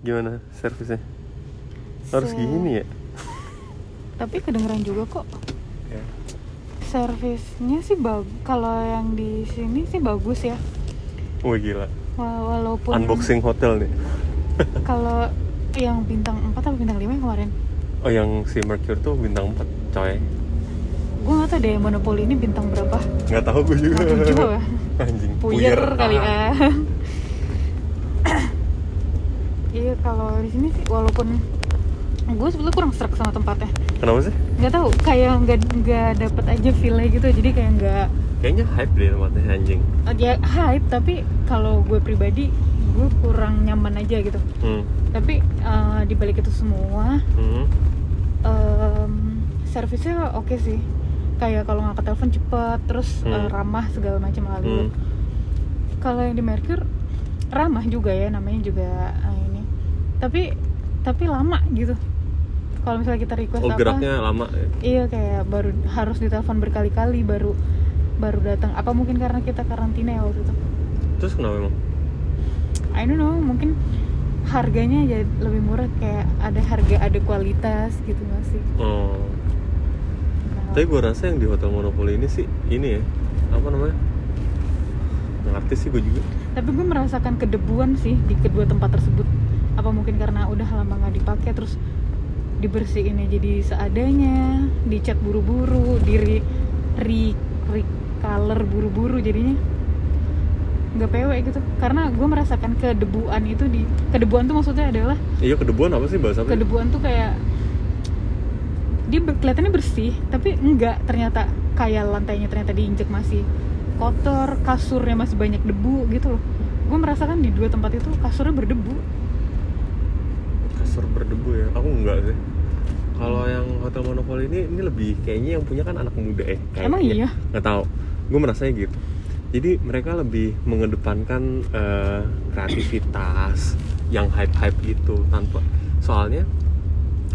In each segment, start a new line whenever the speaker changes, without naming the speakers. gimana servisnya? Harus
Se-
gini ya?
Tapi kedengeran juga kok.
Ya.
Servisnya sih bag kalau yang di sini sih bagus ya.
Wah gila.
Wa- Walaupun
Unboxing hotel nih.
Kalau yang bintang 4 atau bintang 5 yang kemarin?
Oh yang si Mercure tuh bintang 4 coy.
Gue gak tau deh Monopoly ini bintang berapa.
Nggak tahu gue juga.
Nggak tahu juga ya.
Anjing.
Puyer kali
Ah.
ya. Iya kalau di sini sih walaupun gue sebetulnya kurang serak sama tempatnya.
Kenapa sih?
Gak tahu kayak nggak nggak dapet aja feel-nya gitu. Jadi kayak nggak
Kayaknya hype deh tempatnya anjing.
ya hype tapi kalau gue pribadi gue kurang nyaman aja gitu.
Hmm.
Tapi eh, di dibalik itu semua
Hmm.
Em, servisnya oke sih kayak kalau ngangkat telepon cepet terus
Hmm.
eh, ramah segala macam
Hmm.
lalu kalau yang di Merkur ramah juga ya namanya juga eh, ini tapi tapi lama gitu kalau misalnya kita request
Oh
apa
geraknya lama.
iya kayak baru harus ditelepon berkali-kali baru baru datang apa mungkin karena kita karantina ya waktu itu
Terus kenapa emang?
I don't know mungkin harganya jadi lebih murah kayak ada harga ada kualitas gitu nggak sih
Oh. Tapi gue rasa yang di Hotel Monopoly ini sih ini ya. Apa namanya? Ngerti sih gue juga.
tapi gue merasakan kedebuan sih di kedua tempat tersebut apa mungkin karena udah lama nggak dipakai terus dibersihinnya jadi seadanya dicat buru-buru diri re, re- color buru-buru jadinya nggak pewe gitu karena gue merasakan kedebuan itu di kedebuan tuh maksudnya adalah
Iya kedebuan apa sih bahasa apa?
kedebuan tuh kayak dia ber- kelihatannya bersih tapi enggak ternyata kayak lantainya ternyata diinjek masih kotor kasurnya masih banyak debu gitu loh gue merasakan di dua tempat itu kasurnya berdebu
Kasur berdebu ya. Aku enggak sih. Kalau yang Hotel Monopoly ini ini lebih kayaknya yang punya kan anak muda ya. Kayaknya.
Emang iya?
Nggak tahu. Gue merasanya gitu. Jadi mereka lebih mengedepankan eh, kreativitas yang hype-hype gitu tanpa soalnya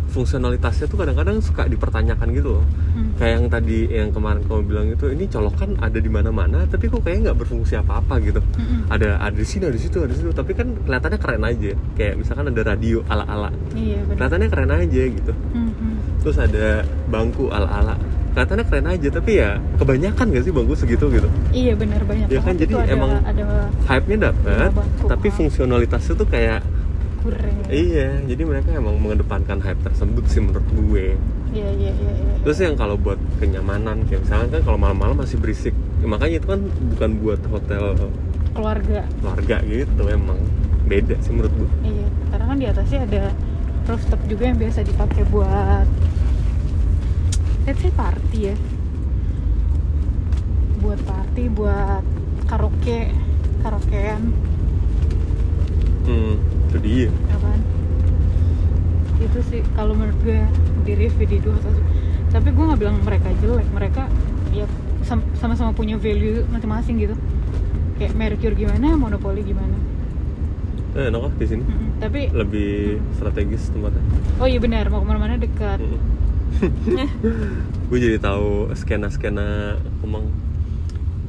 fungsionalitasnya tuh kadang-kadang suka dipertanyakan gitu loh.
Hmm.
kayak yang tadi yang kemarin kamu bilang itu ini colokan ada di mana-mana tapi kok kayaknya nggak berfungsi apa-apa gitu
Mm-mm.
ada ada di sini ada di situ ada di situ tapi kan kelihatannya keren aja kayak misalkan ada radio ala-ala
iya benar
kelihatannya keren aja gitu
Mm-mm.
terus ada bangku ala-ala kelihatannya keren aja tapi ya kebanyakan gak sih bangku segitu gitu
iya benar banyak
Ya kan,
banget
jadi
itu ada,
emang-
ada
hype-nya dapet
Iya, bangku.
tapi fungsionalitasnya tuh kayak
kurang
iya jadi mereka emang mengedepankan hype tersebut sih menurut gue
iya iya iya, iya.
terus ya? yang kalau buat kenyamanan kayak misalkan kan kalau malam-malam masih berisik Ya, makanya itu kan bukan buat hotel
keluarga
keluarga gitu emang beda sih menurut gua
iya karena kan di atasnya ada rooftop juga yang biasa dipakai buat let's say party ya buat party buat karaoke karaokean
hmm itu dia
ya kan itu sih kalau menurut gue di review di dua satu tapi gue nggak bilang mereka jelek mereka ya sam- sama-sama punya value masing-masing gitu kayak Mercure gimana Monopoly gimana
eh, enak ah di sini
Mm-mm. tapi
lebih strategis tempatnya
oh iya benar mau kemana-mana dekat
hmm. gue jadi tahu skena skena kemang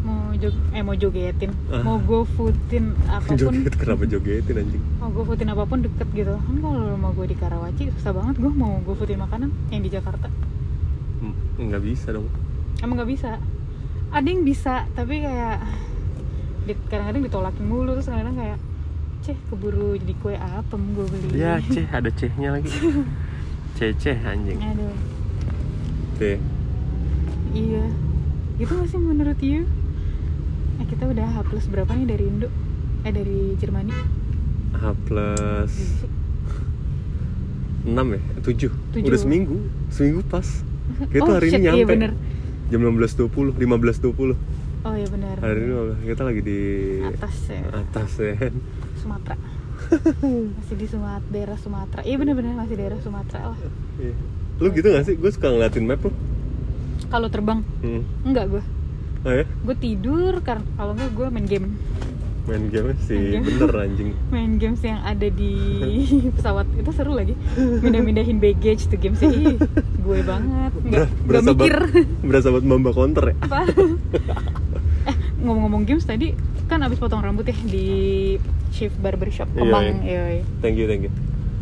mau jog eh mau jogetin
Ah.
mau go footin apapun
joget kenapa jogetin anjing
mau go footin apapun deket gitu kan kalau rumah gue di Karawaci susah banget gue mau go footin makanan yang di Jakarta
Hmm, nggak bisa dong
emang nggak bisa ada yang bisa tapi kayak di- kadang-kadang ditolakin mulu terus kadang-kadang kayak ceh keburu jadi kue apem gue beli
ya ceh ada cehnya lagi ceh anjing
aduh
Oke,
iya gitu gak sih menurut you eh kita udah H plus berapa nih dari Indo eh dari Jermani
H plus 6 ya? 7
Tujuh.
Udah seminggu Seminggu pas Kita
oh,
hari
shit,
ini nyampe
iya bener
Jam 16.20 15.20
oh iya bener
Hari ini kita lagi di
atas ya
atas ya
Sumatera masih di Sumatera daerah Sumatera iya bener-bener masih daerah Sumatera lah
Iya. Lu gitu gak sih? Gue suka ngeliatin map lu
kalau terbang
hmm.
enggak gue
Oh ya?
gue tidur karena kalau enggak gue main game
Main game sih
Main game.
bener anjing
main games yang ada di pesawat itu seru lagi mindah-mindahin baggage tuh games ih gue banget nggak
Ber-
nggak
buat-
mikir
Berasa buat mbak counter ya?
apa eh ngomong-ngomong games tadi kan abis potong rambut ya di shift barbershop
Iya,
kemang
iya.
iya, iya.
Thank you, thank you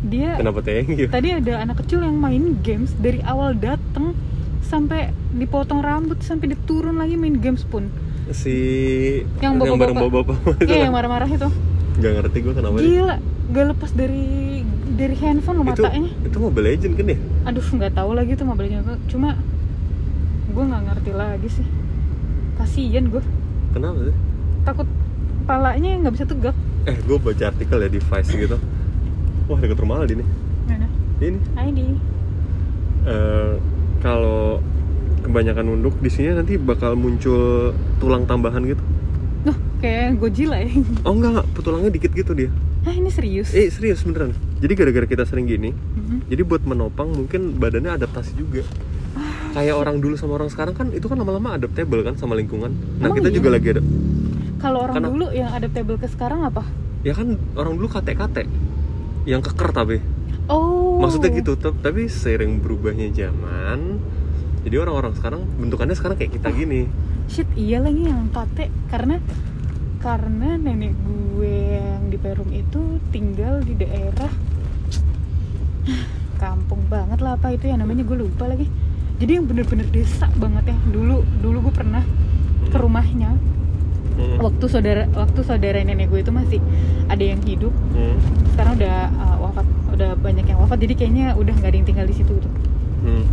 dia
Kenapa thank you?
tadi ada anak kecil yang main games dari awal dateng sampai dipotong rambut sampai diturun lagi main games pun
Si
Yang bapak-bapak.
bareng bapak-bapak itu
iya yang
kan?
marah-marah itu
Gak ngerti gue kenapa dia.
gila gak lepas dari dari handphone lo
itu
matanya
itu Mobile Legend kan ya?
aduh nggak tahu lagi tuh mau belinya apa. cuma gue nggak ngerti lagi sih kasian gue
Kenapa sih?
takut palanya nggak bisa tegak
Eh, gue baca artikel ya di Vice gitu. Wah, deket rumah Aldi nih.
mana
Ini
ID
eh, kalau kebanyakan nunduk di sini nanti bakal muncul tulang tambahan gitu.
Duh, kayak Godzilla ya
Oh enggak, enggak, tulangnya dikit gitu dia.
ah ini serius
Eh, serius beneran. Jadi gara-gara kita sering gini,
Mhm.
jadi buat menopang mungkin badannya adaptasi juga. Kayak orang dulu sama orang sekarang kan itu kan lama-lama adaptable kan sama lingkungan. Nah,
Emang
kita
iya?
juga lagi ada
kalau orang
Karena-
dulu yang adaptable ke sekarang apa
ya kan orang dulu kate-kate yang keker tapi
oh
maksudnya gitu tep- tapi seiring berubahnya zaman jadi orang-orang sekarang bentukannya sekarang kayak kita gini
shit iya lagi yang kate karena karena nenek gue yang di Perum itu tinggal di daerah kampung banget lah apa itu ya namanya gue lupa lagi jadi yang bener-bener desa banget ya dulu dulu gue pernah ke rumahnya
Hmm,
waktu saudara waktu saudara nenek gue itu masih ada yang hidup
hmm,
sekarang udah uh, wafat udah banyak yang wafat jadi kayaknya udah nggak ada yang tinggal di situ gitu. tuh
hmm.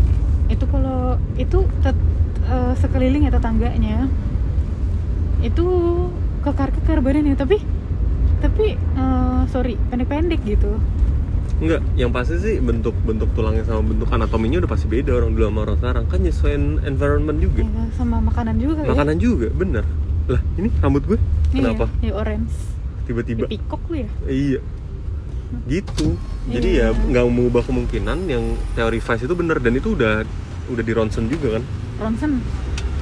itu kalau itu tet, eh, sekeliling ya tetangganya itu kekar-kekar badannya tapi tapi eh, sorry pendek-pendek gitu
Enggak, yang pasti sih bentuk-bentuk tulangnya sama bentuk anatominya udah pasti beda orang dulu sama orang sekarang kan nyesuaiin environment juga
Ya, sama makanan juga kali
makanan juga bener lah ini rambut gue
ya. Iya,
kenapa
ya, orange
tiba-tiba
pikok lu ya
iya gitu jadi
Iya.
ya nggak mengubah kemungkinan yang teori Vice itu bener dan itu udah udah di ronsen juga kan
ronsen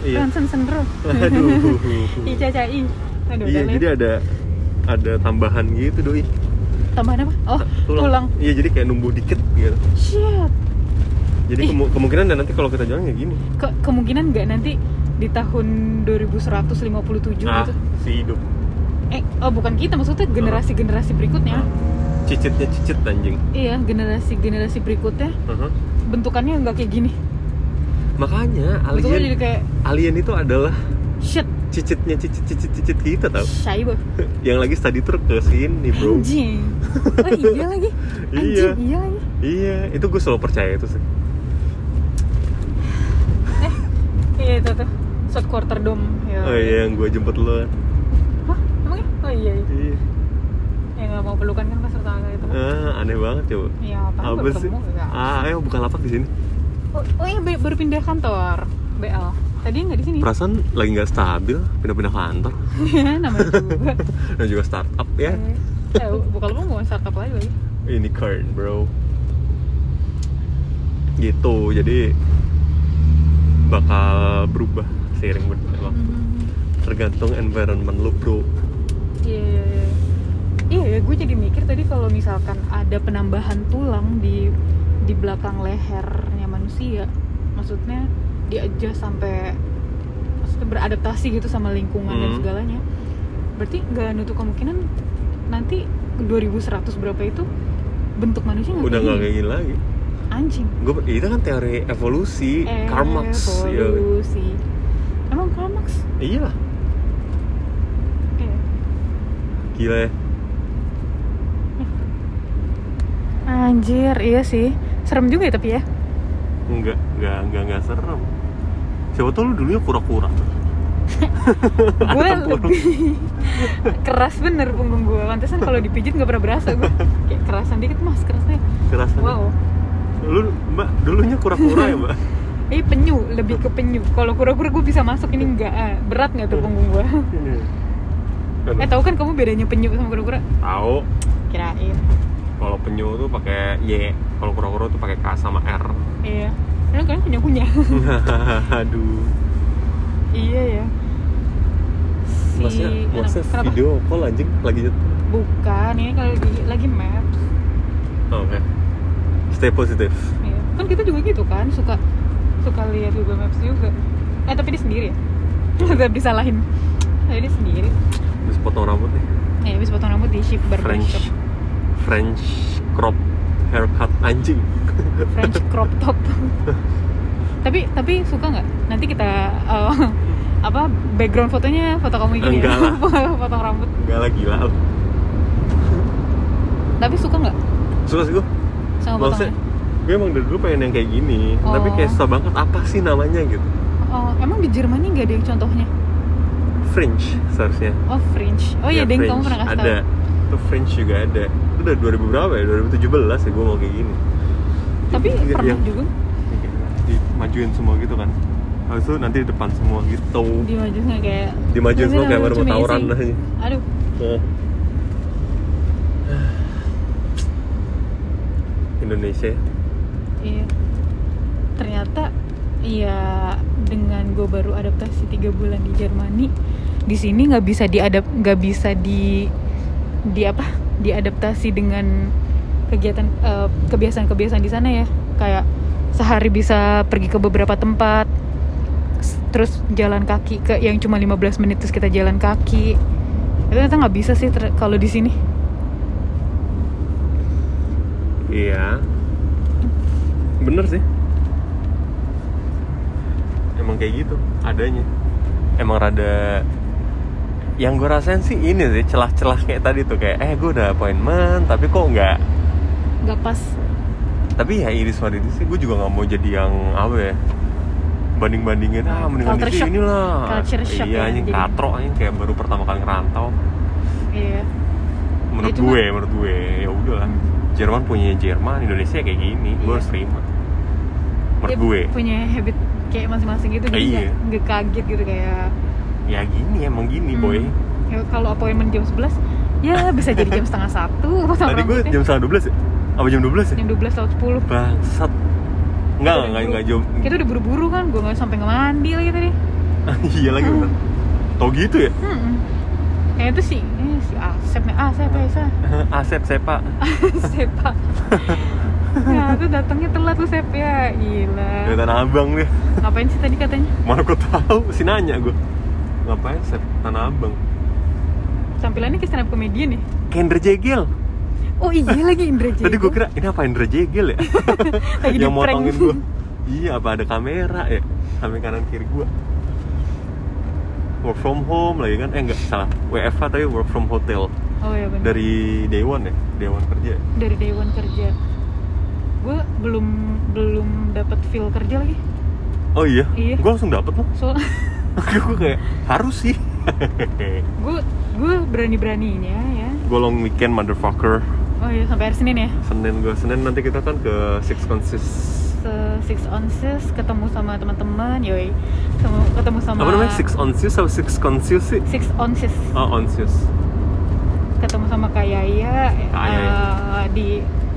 iya
ronsen sendro
Aduh.
ica cai aduh
iya,
udah
jadi
lah.
ada ada tambahan gitu doi.
tambahan apa oh tulang,
Iya, jadi kayak numbuh dikit gitu.
shit
Jadi
Ih.
kemu- kemungkinan dan nanti kalau kita jalan ya gini.
Ke- kemungkinan nggak nanti di tahun 2157
Ah,
gitu
si hidup.
eh oh bukan kita maksudnya generasi-generasi
Nah.
berikutnya
Cicitnya cicit anjing.
Iya, generasi-generasi berikutnya
Heeh.
bentukannya nggak kayak gini.
Makanya
Bentuknya
alien
jadi kayak
alien itu adalah
shit,
cicitnya cicit cicit cicit kita tau.
shy banget.
Yang lagi study tour ke sini, Bro.
Anjing. Oh iya lagi. Anjing,
Iya.
iya. lagi.
Iya, itu gue selalu percaya itu sih.
Iya itu tuh. Shot quarter dome. Ya.
Oh iya, yang gue jemput lo.
Hah? Emangnya? Oh iya. iya.
Iya.
Ya nggak mau pelukan kan pas pertama kali itu.
Ah, aneh banget coba.
Iya, apa
Apa
baru
sih?
ketemu juga.
Ah, ayo buka lapak di sini.
Oh, oh iya ba- baru pindah kantor. BL. Tadi nggak di sini.
Perasaan lagi nggak stabil, pindah-pindah kantor.
Namanya juga.
dan juga startup ya
Eh, bukan lu mau startup lagi lagi.
Iya. unicorn bro gitu jadi bakal berubah seiring berjalannya waktu
Hmm.
tergantung environment lu bro
Iya, iya, iya. Iya, ya, gue jadi mikir tadi kalau misalkan ada penambahan tulang di di belakang lehernya manusia, maksudnya dia aja sampai maksudnya beradaptasi gitu sama lingkungan dan
Hmm.
segalanya. Berarti nggak nutup kemungkinan nanti 2100 berapa itu bentuk manusia nggak
udah nggak
kayak
kayak gitu.
gini.
gini lagi
anjing.
gue itu kan teori evolusi Karl Marx ya
Evolusi. Emang Karl Marx?
iyalah
Iya.
gila ya
Anjir, iya sih. Serem juga ya tapi ya.
nggak nggak nggak nggak serem siapa tau lu dulunya kura-kura
gue
Atau burung.
lebih keras bener punggung gue pantesan kalau dipijit nggak pernah berasa gue kayak kerasan dikit mas kerasnya
kerasa
wow
lu mbak dulunya kura-kura ya mbak
eh penyu lebih ke penyu kalau kura-kura gue bisa masuk ini enggak ah, berat nggak tuh punggung gue
Ini.
eh tahu kan kamu bedanya penyu sama kura-kura
tahu
kirain
kalau penyu tuh pakai y kalau kura-kura tuh pakai k sama r
iya karena kan punya punya
aduh
iya ya si
maksudnya
anak-
maksudnya
kenapa?
video call anjing lagi nyet
bukan ini kalau lagi lagi maps
Oh, oke stay positif
Iya. kan kita juga gitu kan suka suka lihat Google Maps juga eh tapi dia sendiri ya tetap disalahin tapi dia sendiri Eh,
terus potong rambut nih
ya habis potong rambut di shift barbershop
French French crop haircut anjing
French crop top. tapi tapi suka nggak? Nanti kita eh, apa background fotonya foto kamu gini
Enggak lah.
ya? potong rambut.
enggak lah gila lu
Tapi suka nggak
suka sih gue
sama
maksudnya
potongannya?
gue emang dari dulu pengen yang kayak gini tapi
Oh.
kayak susah banget apa sih namanya gitu
Oh, emang di Jerman nggak ada yang contohnya?
fringe seharusnya
Oh fringe. Oh iya,
Ya,
deng kamu
fringe.
pernah kasih
ada
tahu.
itu fringe juga ada itu udah 2000 berapa ya 2017 ya gue mau kayak gini
Tapi
Yang-
pernah
yang-
juga
dimajuin semua gitu kan habis itu nanti di depan semua gitu
di majunya kayak.
dimajuin semua kayak baru
baru
mau tawuran aja Nah.
Aduh,
Eh. Indonesia
iya. Ternyata iya dengan gue baru adaptasi tiga bulan di Jermani, di sini nggak bisa diadap nggak bisa di di apa diadaptasi dengan kegiatan eh, kebiasaan-kebiasaan di sana ya kayak sehari bisa pergi ke beberapa tempat s- terus jalan kaki ke yang cuma 15 menit terus kita jalan kaki itu ternyata nggak bisa sih ter- kalau di sini
Iya Bener sih Emang kayak gitu adanya Emang rada Yang gue rasain sih ini sih Celah-celah kayak tadi tuh Kayak eh gue udah appointment Tapi kok nggak
nggak pas
Tapi ya iris what it is sih Gue juga nggak mau jadi yang apa ya banding-bandingin ah mendingan
Culture
di
shock.
sini lah
Culture shock
iya
ya,
anjing
jadi.
katro anjing kayak baru pertama kali ngerantau
iya
menurut
Ya, cuma-
gue menurut gue ya udahlah Jerman punya Jerman Indonesia kayak gini gue
Iya.
harus terima menurut
Dia
gue
punya habit kayak masing-masing gitu jadi
Iya.
nggak- nggak kaget gitu kayak
ya gini emang gini boy
hmm, ya kalau appointment jam 11 ya bisa jadi jam setengah satu potong
tadi gue
rambutnya.
jam setengah 12 ya apa jam 12 ya
jam 12 atau 10
bangsat enggak
Kita udah
enggak
buru-
enggak jam
kita udah buru-buru kan gue nggak sampai ngemandi lagi tadi
iya lagi bener tau gitu ya
hmm. kayak itu sih eh, si Asep nih Asep ya Isa
Asep
Ah.
sepak
Asep Pak. ya itu datangnya telat tuh Sep ya
dari
gila
tanah abang deh
ngapain sih tadi katanya
mana gue tahu sih nanya gue ngapain Sep tanah abang
tampilannya kayak stand up comedian ya
Kendra Jegel
oh iya lagi Indra
tadi
Jaya.
gue kira ini apa Indra Jegel ya
lagi
yang
di-prank.
motongin gue iya apa ada kamera ya samping kanan kiri gue work from home lagi kan eh enggak salah WFH tapi work from hotel
oh iya benar
dari day one ya day one kerja ya?
dari day one kerja gue belum belum dapat feel kerja lagi
oh iya,
Iya.
gue langsung dapet loh
so
gue kayak harus sih
gue gue berani beraninya ya
gue long weekend motherfucker
oh iya sampai hari senin ya
Senin gue Senin nanti kita kan ke Six Consist
Se- six ounces ketemu sama teman-teman yoi Temu- ketemu sama
apa namanya Six Onsius atau Six Consist sih
six ounces
oh Onsius
ketemu sama Kayaya
Kak Yaya.
eh, di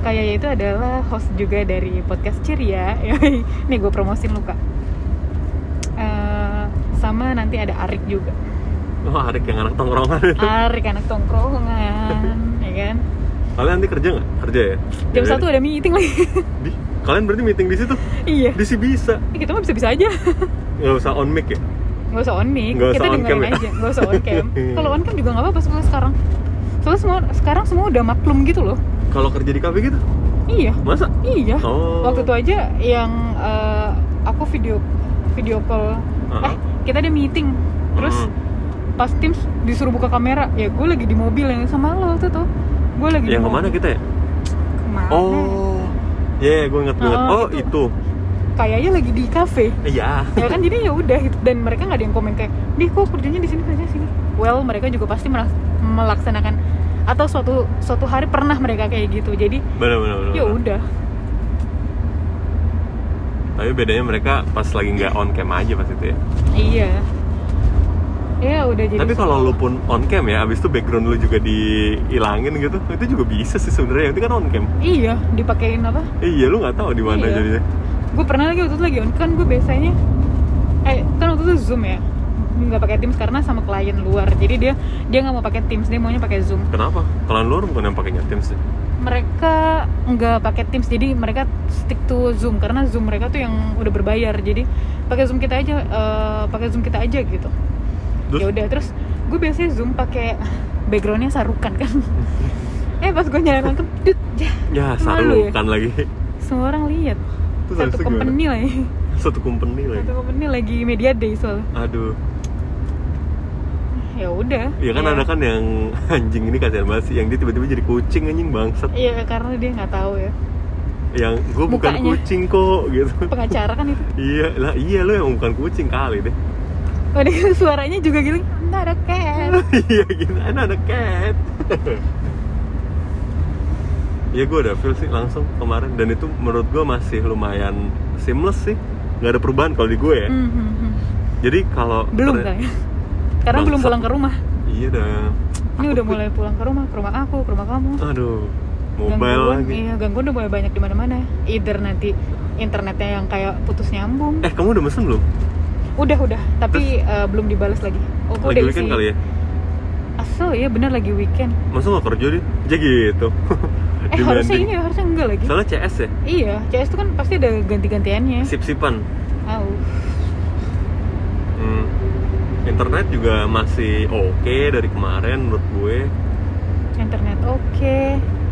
Kayaya itu adalah host juga dari podcast Ceria yoi nih gue promosin lu kak Eh, sama nanti ada Arik juga
oh Arik yang anak tongkrongan
Arik anak tongkrongan ya kan
kalian nanti kerja nggak kerja ya
jam
Ya,
satu ada meeting lagi
di, kalian berarti meeting di situ
iya
di sih bisa
Eh, kita mah bisa bisa aja
nggak usah on mic ya
nggak usah on mic
Nggak usah
kita
on
dengerin
cam ya? Iya.
aja nggak usah on cam kalau on cam juga nggak apa-apa soalnya sekarang soalnya semua sekarang semua udah maklum gitu loh
kalau kerja di kafe gitu
iya
masa
iya
oh
waktu itu aja yang eh, aku video video call
Uh-uh.
eh kita ada meeting terus
Hmm.
pas Teams disuruh buka kamera ya gue lagi di mobil yang sama lo tuh tuh gue lagi
yang
di
kemana
mobil.
kita ya
Kemana?
oh ya gue inget banget
Oh,
oh
Hmm. itu.
itu
kayaknya lagi di cafe
iya
ya kan jadi ya udah gitu dan mereka nggak ada yang komen kayak di kok kerjanya di sini kerjanya di sini well mereka juga pasti meras- melaksanakan atau suatu suatu hari pernah mereka kayak gitu jadi
benar benar benar
ya udah
tapi bedanya mereka pas lagi nggak on cam aja pas itu ya
iya ya udah jadi
tapi kalau lu pun on cam ya abis itu background lu juga dihilangin gitu itu juga bisa sih sebenarnya yang penting kan on cam
iya dipakein apa
Eh, iya lu nggak tahu di mana
Iya.
jadinya
gue pernah lagi waktu itu lagi on kan gue biasanya eh kan waktu itu zoom ya nggak pakai Teams karena sama klien luar jadi dia dia nggak mau pakai Teams dia maunya pakai Zoom
kenapa kalau lu bukan yang pakainya Teams ya
mereka nggak pakai Teams jadi mereka stick to Zoom karena Zoom mereka tuh yang udah berbayar jadi pakai Zoom kita aja eh, pakai Zoom kita aja gitu
Terus?
ya udah terus gue biasanya Zoom pakai backgroundnya sarukan kan eh pas gue nyalain lampu dut jah.
ya
Malu ya?
sarukan lagi
semua orang lihat
Terus habis
satu
itu gimana? Iya,
company lagi
satu company lagi
satu company lagi media day soalnya
aduh
ya udah
ya kan ada kan yang anjing ini kasihan banget sih yang dia tiba-tiba jadi kucing anjing bangsat
iya karena dia nggak tahu ya
yang gue bukan
Mukanya.
kucing kok gitu
pengacara kan itu
iya lah iya lo emang bukan kucing kali deh
Waduh, Oh, suaranya juga gitu nggak ada cat
iya gitu ada ada cat ya gue udah feel sih langsung kemarin dan itu menurut gue masih lumayan seamless sih nggak ada perubahan kalau di gue ya
Hmm, hmm, hmm.
jadi kalau
belum ya?
ternyata-
kayaknya karena belum
Bangsat.
pulang ke rumah
iya dah
ini
Takut
udah
gue.
mulai pulang ke rumah ke rumah aku ke rumah kamu
aduh mobile
gangguan,
lagi
iya gangguan udah mulai banyak di mana mana either nanti internetnya yang kayak putus nyambung
eh kamu udah mesen belum
udah udah tapi eh, belum dibalas lagi oh
lagi
gue udah
weekend
isi
kali ya
aso ya bener lagi weekend
masa nggak kerja deh jadi gitu
eh harusnya ini harusnya enggak lagi
soalnya CS ya
iya CS itu kan pasti ada ganti gantiannya
sip-sipan
Au.
Hmm. Internet juga masih oke dari kemarin menurut gue.
internet oke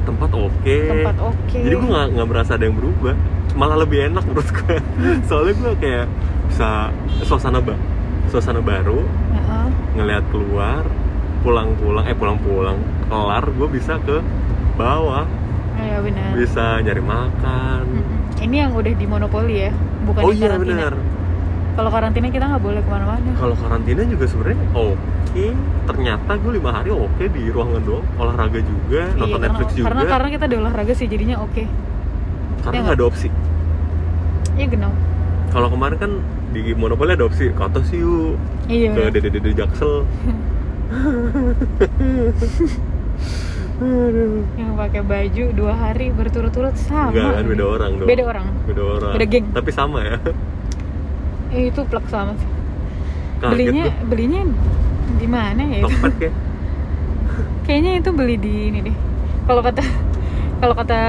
Tempat oke.
tempat oke
Eh. Jadi gue nggak nggak merasa ada yang berubah. Malah lebih enak menurut gue. Soalnya gue kayak bisa suasana ba suasana baru,
Heeh.
ngelihat keluar, pulang-pulang eh pulang-pulang kelar gue bisa ke bawah,
iya benar
bisa nyari makan.
Mm-mm. Ini yang udah di monopoli ya, bukan
oh
di
iya
karantina.
benar.
Kalau karantina kita nggak boleh kemana-mana.
Kalau karantina juga sebenarnya oke. Ternyata gue lima hari oke di ruangan doang, olahraga juga,
Iya,
nonton
karena,
Netflix juga.
karena karena kita ada olahraga sih jadinya oke.
karena
Ya
nggak ada opsi
Iya genau.
kalau kemarin kan di monopoli ada opsi ke atas yuk
Iya.
ke dede dede jaksel Aduh.
Yang pakai baju dua hari berturut-turut sama.
Enggak kan beda orang dong
Beda orang.
beda orang
Beda geng.
tapi sama ya
Eh, itu plek sama. sih.
Kaget
belinya
gua.
belinya di mana ya? itu?
Tokped ya
Kayaknya itu beli di ini deh. Kalau kata kalau kata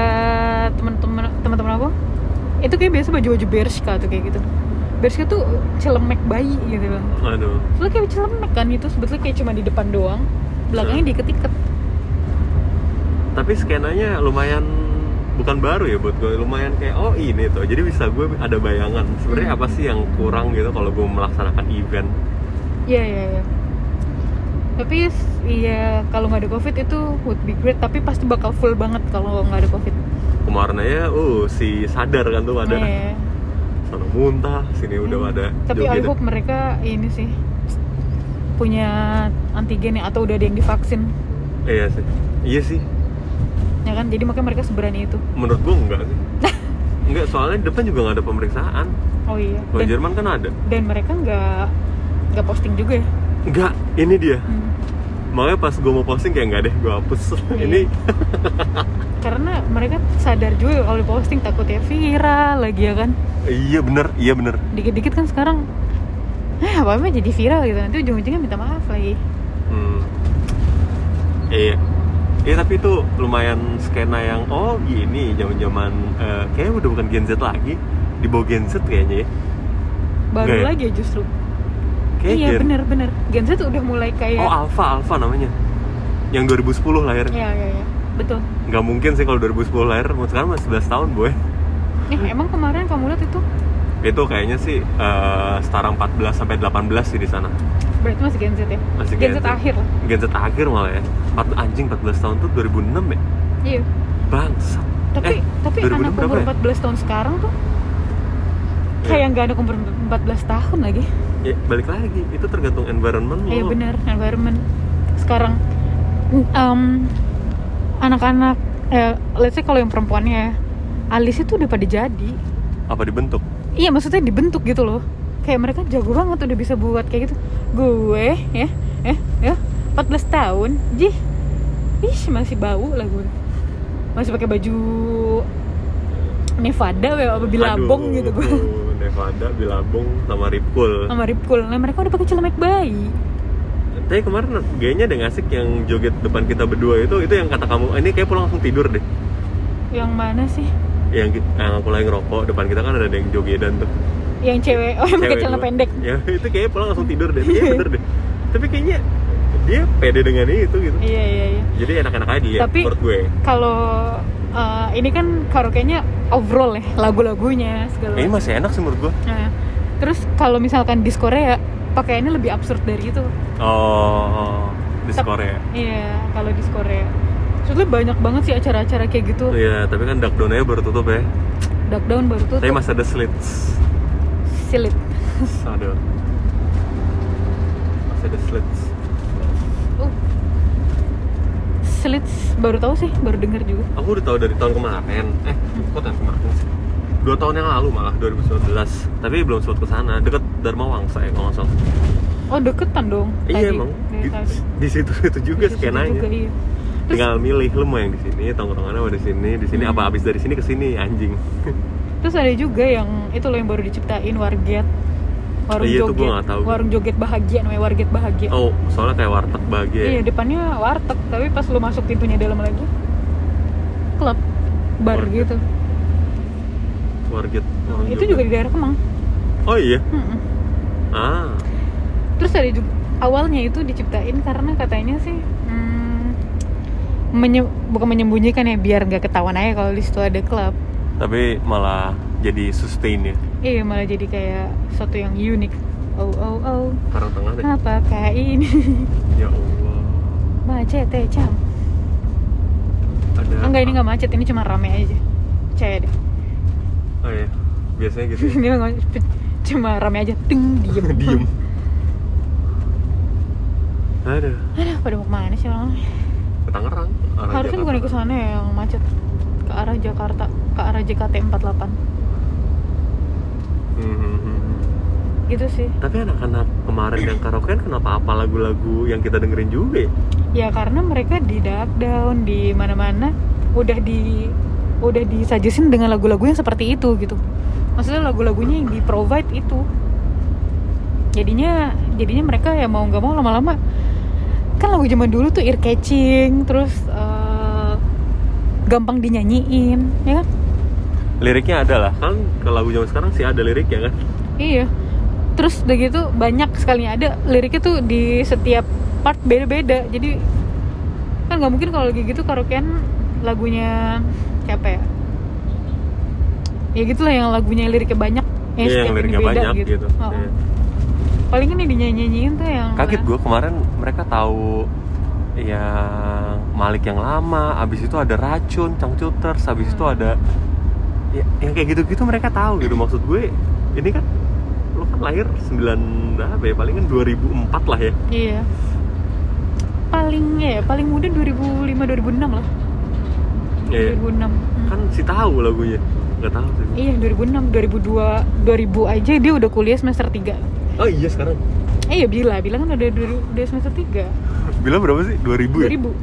teman-teman teman-teman aku, itu kayak biasa baju-baju Bershka tuh kayak gitu. Bershka tuh celemek bayi gitu loh.
aduh
Soalnya kayak celemek kan itu sebetulnya kayak cuma di depan doang
Iya.
belakangnya diiket-iket
tapi skenanya lumayan bukan baru ya buat gue lumayan kayak oh ini tuh jadi bisa gue ada bayangan sebenarnya
Hmm.
apa sih yang kurang gitu kalau gue melaksanakan event
iya iya iya tapi s- iya kalau nggak ada covid itu would be great tapi pasti bakal full banget kalau nggak ada covid
kemarin aja uh si sadar kan tuh ada
Iya, iya.
sana muntah sini udah
Iya.
ada
tapi I
joget.
hope mereka ini sih punya antigen ya atau udah ada yang divaksin
Iya sih. Iya sih.
ya kan jadi makanya mereka seberani itu
Menurut gua enggak sih. enggak, soalnya di depan juga nggak ada pemeriksaan.
oh iya
Kalau
dan,
Jerman kan ada.
dan mereka nggak nggak posting juga ya
Enggak, ini dia.
Hmm.
Makanya pas gua mau posting kayak enggak deh, gua hapus.
Iya.
ini
karena mereka sadar juga kalau di posting takutnya viral lagi ya kan
iya bener, iya bener.
dikit-dikit kan sekarang eh apa emang jadi viral gitu nanti ujung-ujungnya minta maaf lagi
Hmm. Iya. Iya tapi itu lumayan skena yang oh gini zaman-zaman eh, kayaknya udah bukan Gen Z lagi. Di bawah Gen Z kayaknya ya. Oke.
baru lagi ya justru
Kayak
iya
Gen-
bener-bener Gen Z tuh udah mulai kayak
Oh, Alpha, Alpha namanya. Yang 2010 lahirnya.
iya iya iya betul
Nggak mungkin sih kalau 2010 lahir, sekarang masih 11 tahun, boy.
nih Eh,
Hmm.
emang kemarin kamu lihat itu
itu kayaknya sih eh, setara 14 sampai 18 sih di sana
berarti masih Gen Z ya
Masih
Gen Z
Gen Z.
akhir lah
Gen Z akhir malah ya Empat, anjing 14 tahun tuh 2006 ya
iya
bangsa
tapi
Eh,
tapi
2006
anak umur
berapa Iya.
14 tahun sekarang tuh kayak nggak ada umur 14 tahun lagi
ya balik lagi itu tergantung environment lo
iya bener environment sekarang em, anak-anak eh, let's say kalau yang perempuannya alisnya tuh udah pada jadi
apa dibentuk
Iya maksudnya dibentuk gitu loh Kayak mereka jago banget udah bisa buat kayak gitu Gue ya eh ya 14 tahun Jih Ih masih bau lah gue Masih pakai baju Nevada ya apa
Aduh,
bilabong gitu gue
tuh, Nevada Bilabong sama Ripkul
sama Ripkul nah, mereka udah pakai celemek bayi
tapi kemarin kayaknya ada yang asik yang joget depan kita berdua itu itu yang kata kamu "Ah, ini kayak pulang langsung tidur deh
yang mana sih
yang, ki- yang aku lagi ngerokok depan kita kan ada yang jogedan tuh
yang cewek oh yang pakai
Cewek
celana
gua.
pendek
ya itu kayaknya pulang langsung tidur deh kayaknya bener deh iya, tapi kayaknya dia pede dengan itu gitu
iya iya iya
jadi enak-enak aja dilihat
Tapi-
menurut gue
kalau eh, ini kan karaoke-nya overall ya lagu-lagunya segala
ini masih enak sih menurut gue
Nah, terus kalau misalkan di Korea pakaiannya lebih absurd dari itu.
oh di
Tep-
Korea
Iya, kalau di Korea. Sebetulnya banyak banget sih acara-acara kayak gitu.
Iya, tapi kan Duck Down-nya baru tutup ya.
Duck down baru tuh
Tapi masih ada slits.
silit.
Aduh. Masih ada slits.
Uh. Silit baru tahu sih, baru denger juga.
Aku udah tahu dari tahun kemarin. Eh, kok tahun kemarin sih? Dua tahun yang lalu malah 2019. Tapi belum sempat ke sana. Deket Dharma Wangsa ya, kalau nggak salah.
Oh, deketan dong.
Iya
tadi,
emang.
dari
Di,
tadi.
di situ itu juga
Di situ juga,
skenanya.
iya. Terus
Tinggal milih lu mau yang di sini, tongkrongannya mau di sini, di sini
Hmm.
apa abis dari sini ke sini anjing.
terus ada juga yang itu loh yang baru diciptain warget. Warung
Iya, itu gua
joget.
nggak tahu.
Warung joget bahagia namanya warget bahagia.
Oh, soalnya kayak warteg bahagia. ya.
Iya, depannya warteg, tapi pas lu masuk pintunya dalam lagi klub bar
Warteg. Oh,
gitu.
Warget. orang
Itu
Jogja.
juga di daerah Kemang.
Oh iya.
Mm-mm.
Ah.
Terus ada juga awalnya itu diciptain karena katanya sih hmm, menye- bukan menyembunyikan ya biar nggak ketahuan aja kalau di situ ada klub.
Tapi malah jadi sustain ya.
Iya, malah jadi kayak satu yang unik. Oh oh oh,
Karang tengah deh.
apakah ini
Ya Allah.
macet ya jam?
Ada.
Enggak ini nggak macet, ini cuma rame aja. Percaya deh.
Oh iya. Biasanya gitu.
ini nggak macet, cuma rame aja, ting diem.
Diem. Ada.
Aduh, pada mau kemana sih orang?
Ke Tangerang. arah
Harusnya
Jakarta.
bukan ke sana ya, yang macet ke arah Jakarta, ke arah JKT 48.
Hmm, hmm, hmm.
Gitu sih.
Tapi anak-anak kemarin yang karaokean kenapa apa lagu-lagu yang kita dengerin juga ya?
Ya karena mereka di dark down di mana-mana udah di udah disajesin dengan lagu-lagu yang seperti itu gitu. Maksudnya lagu-lagunya yang di provide itu. Jadinya jadinya mereka ya mau nggak mau lama-lama kan lagu zaman dulu tuh ear catching terus eh, gampang dinyanyiin ya kan?
Liriknya ada lah. Kan kalau lagu zaman sekarang sih ada liriknya kan?
Iya. Terus udah gitu banyak sekali ada liriknya tuh di setiap part beda-beda. Jadi kan nggak mungkin kalau lagi gitu karaokean lagunya siapa ya? Ya gitulah yang lagunya liriknya banyak. Ya,
Iya,
setiap
yang
ini
liriknya
beda
banyak gitu.
Oh.
Iya.
Paling kan yang dinyanyiin tuh yang
Kaget gue kemarin mereka tahu yang Malik yang lama, abis itu ada racun, cangcuters, abis itu
Hmm.
ada ya, yang kayak gitu-gitu mereka tahu gitu maksud gue. Ini kan lo kan lahir 9 berapa ya? Palingan 2004 lah ya.
Iya. Paling ya paling muda 2005 2006 lah.
Iya, iya.
2006. Hmm.
Kan si tahu lagunya. Gak tahu sih. gua.
Iya 2006 2002 2000 aja dia udah kuliah semester 3
Oh iya sekarang.
Eh ya Bila, Bila kan udah, udah, udah semester 3
Bila berapa sih? 2000 ya?
2000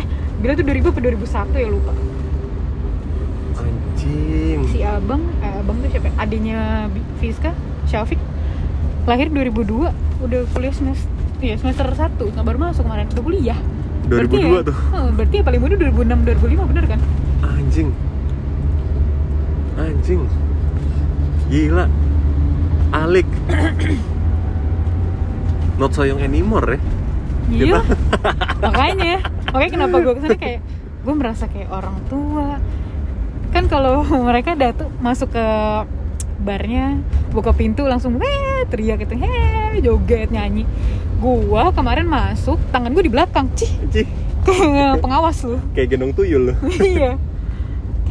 Eh, Bila tuh 2000 apa 2001 ya lupa
Anjing.
Si Abang, eh, Abang tuh siapa ya? Adiknya Bi- Fiska, Syafiq Lahir 2002, udah kuliah semester Iya semester 1, nggak baru masuk kemarin, udah kuliah Berarti
2002
ya-
tuh.
eh, Berarti ya paling muda 2006-2005 bener kan?
Anjing. Anjing. Gila. Alik. Not soyong anymore ya.
Iya, makanya Makanya kenapa gue kesana kayak Gue merasa kayak orang tua Kan kalau mereka datu masuk ke barnya buka pintu langsung weh teriak gitu heh joget nyanyi gua kemarin masuk tangan gua di belakang cih
Anjing.
kayak pengawas lu
Kayak gendong tuyul loh.
iya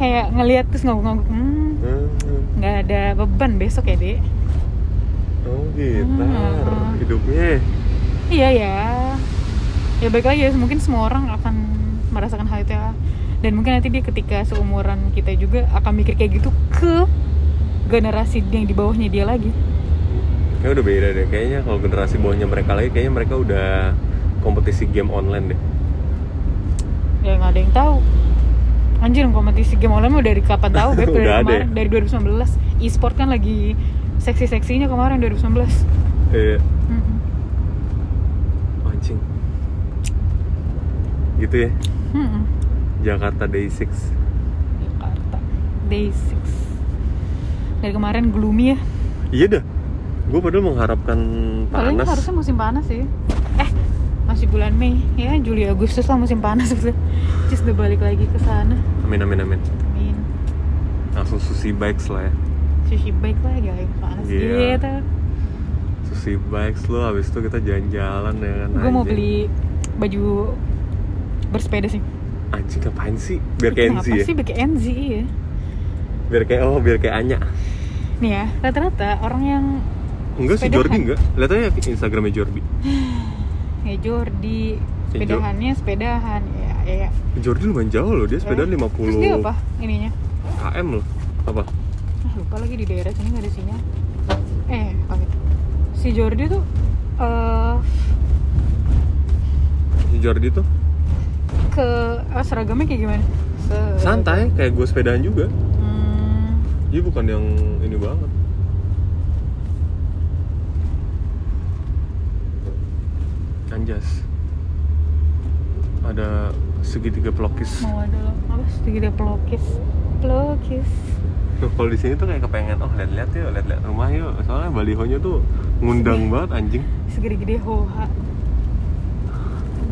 kayak ngelihat terus ngangguk-ngangguk hmm
Ah,
nggak ada beban besok ya dek
Oh gitar
Hmm.
hidupnya.
Iya ya. Ya baik lagi ya, mungkin semua orang akan merasakan hal itu ya. Dan mungkin nanti dia ketika seumuran kita juga akan mikir kayak gitu ke generasi yang di bawahnya dia lagi.
Kayak udah beda deh kayaknya kalau generasi bawahnya mereka lagi kayaknya mereka udah kompetisi game online deh.
Ya nggak ada yang tahu. Anjir kompetisi game online mah dari kapan tahu Beb? Dari
Udah ada ya?
kemarin, dari 2019. E-sport kan lagi seksi-seksinya kemarin 2019.
Iya.
Mm-mm.
Anjing. Gitu ya.
Mm-mm.
Jakarta Day 6.
Jakarta. Day 6. Dari kemarin gloomy ya.
Iya dah. Gue padahal mengharapkan
Paling
panas.
harusnya musim panas sih. Eh, masih bulan Mei ya Juli Agustus lah musim panas gitu Just udah balik lagi ke sana
amin amin amin
amin
langsung sushi bikes lah ya
sushi bike lah gila panas
Iya.
gitu
sushi bikes lo habis itu kita jalan-jalan ya kan
gue mau
anjing.
beli baju bersepeda sih
anjing ngapain sih biar kayak
Kenapa
Enzi ya
sih pakai NZ ya
biar kayak oh biar kayak Anya
nih ya rata-rata orang yang
enggak sih
Sepedahan.
Jordi enggak lihat aja Instagramnya Jordi
ya Jordi
Si Jo-
sepedahannya sepedahan ya ya, ya.
Jordi lumayan jauh loh dia sepedaan
Eh,
50
terus dia apa ininya
km loh apa
ah, lupa lagi di daerah sini nggak ada sinyal eh pamit si Jordi tuh eh
Si Jordi tuh
ke ah, seragamnya kayak gimana Se-
santai kayak gue sepedaan juga
Hmm,
dia bukan yang ini banget anjas ada segitiga pelukis
mau ada lo- apa segede pelukis pelukis
Tuh, kalau di sini tuh kayak kepengen oh lihat-lihat yuk lihat-lihat rumah yuk soalnya balihonya tuh ngundang banget anjing
segede-gede hoha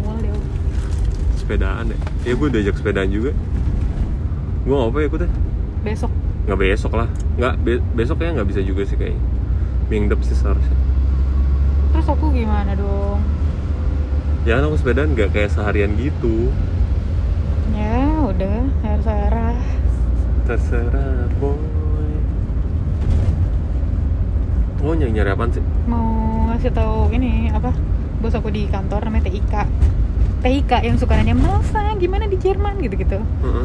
mual deh oh. Om.
sepedaan ya ya gue diajak sepedaan juga gue nggak apa ya ikutnya
besok
nggak besok lah nggak be- besok ya nggak bisa juga sih kayaknya minggu depan sih seharusnya
terus aku gimana dong
jangan aku sepedaan nggak kayak seharian gitu
ya udah harus arah
Terserah boy Oh nyari nyari apaan sih?
mau ngasih tahu ini apa bos aku di kantor namanya TIK TIK yang sukanannya Melsa gimana di Jerman gitu-gitu
Heeh.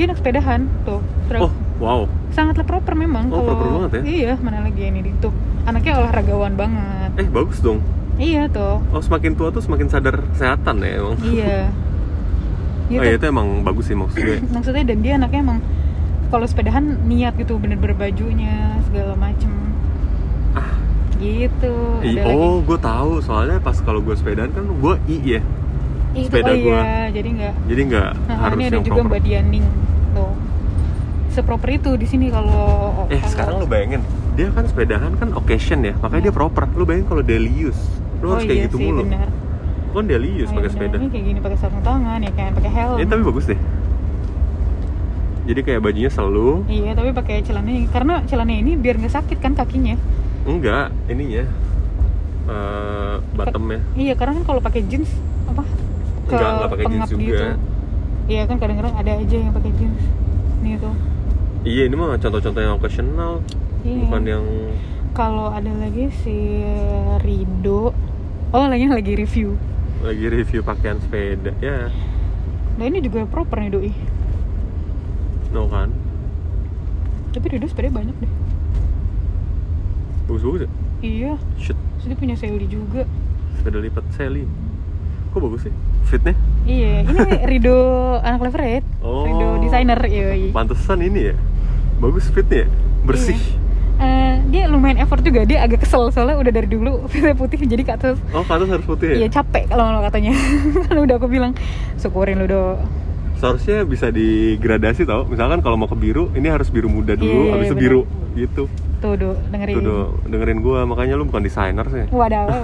dia anak sepedahan tuh Terus
Oh wow
sangatlah proper memang
Oh,
kalau
proper banget ya?
iya mana lagi ini di- tuh anaknya olahragawan banget
Eh bagus dong
iya tuh
Oh semakin tua tuh semakin sadar kesehatan ya emang
iya gitu.
Oh iya itu emang bagus sih maksudnya
maksudnya dan dia anaknya emang kalau sepedahan niat gitu bener berbajunya segala macem gitu
Ah. I-
ada lagi
Oh gue tahu soalnya pas kalau gue sepedaan kan gue I ya
Ih, itu-
sepeda
oh
gua.
iya jadi nggak
Jadi nggak
Nah,
harus
ini ada
yang
juga
proper
Mbak Dianing tuh. Seproper itu di sini kalau
Eh
kalau-
sekarang lu bayangin Dia kan sepedahan kan occasion ya Makanya dia proper Lu bayangin kalau daily use Lu
Iya. Oh
harus kayak
iya
gitu
sih,
mulu
Benar.
Lu Kan daily use
Oh,
pakai
iya,
sepeda
benar. Ini kayak gini pakai sarung tangan ya kan, pakai helm.
Ini tapi bagus deh Jadi kayak bajunya selalu
Iya, tapi pakai celana ini karena celana ini biar nggak sakit kan kakinya.
Enggak, ininya eh bottomnya
Iya, karena kan kalau pakai jeans apa? Ke
Enggak, enggak pakai jeans
pengap
juga
gitu. Iya kan kadang-kadang ada aja yang pakai jeans. gitu. Nih tuh.
Iya, ini mah contoh-contoh yang occasional
Iya.
Bukan yang
Kalau ada lagi si Rido. Oh, lagi lagi review.
lagi review pakaian sepeda Ya,
Nah, ini juga proper nih doi.
no kan
Tapi Rido sepeda banyak deh.
Bagus-bagus ya?
Iya,
Shit,
terus dia punya Sally juga.
sepeda lipat Sally Kok bagus sih? Fitnya?
Iya, ini Rido anak Leverett.
Oh.
Rido desainer, yoi.
Pantesan ini ya? Bagus fitnya ya? Bersih
Eh, dia lumayan effort juga, dia agak kesel soalnya udah dari dulu filter putih jadi ke atas.
Oh, pantas harus putih ya?
Iya capek kalau lo katanya. Kalau udah aku bilang syukurin lu do.
Seharusnya bisa digradasi tau Misalkan kalau mau ke biru, ini harus biru muda
Iya,
dulu,
iya,
habis itu
bener.
biru Gitu
Tuh do dengerin.
Tuh do, dengerin gua, makanya lu bukan desainer sih
Wadaw.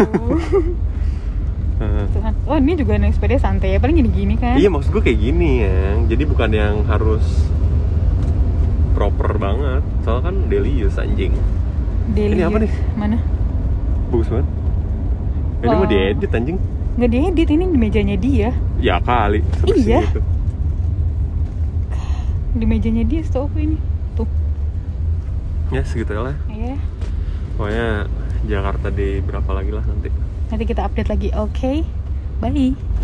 Heeh.
Tuhan. Oh ini juga naik sepeda santai ya, paling gini-gini kan.
Iya maksud gue kayak gini ya Jadi bukan yang harus proper banget Soalnya kan daily use anjing
Daily
Ini apa
use.
nih?
Mana?
Bagus banget Ini mau
Wow.
diedit anjing
Nggak diedit ini di mejanya dia.
Ya kali gitu. seperti
Iya.
itu.
Di mejanya dia setahu aku ini. Tuh.
Ya segitu lah
Iya.
Pokoknya Jakarta di berapa lagi lah nanti
Nanti kita update lagi. Oke. Bye.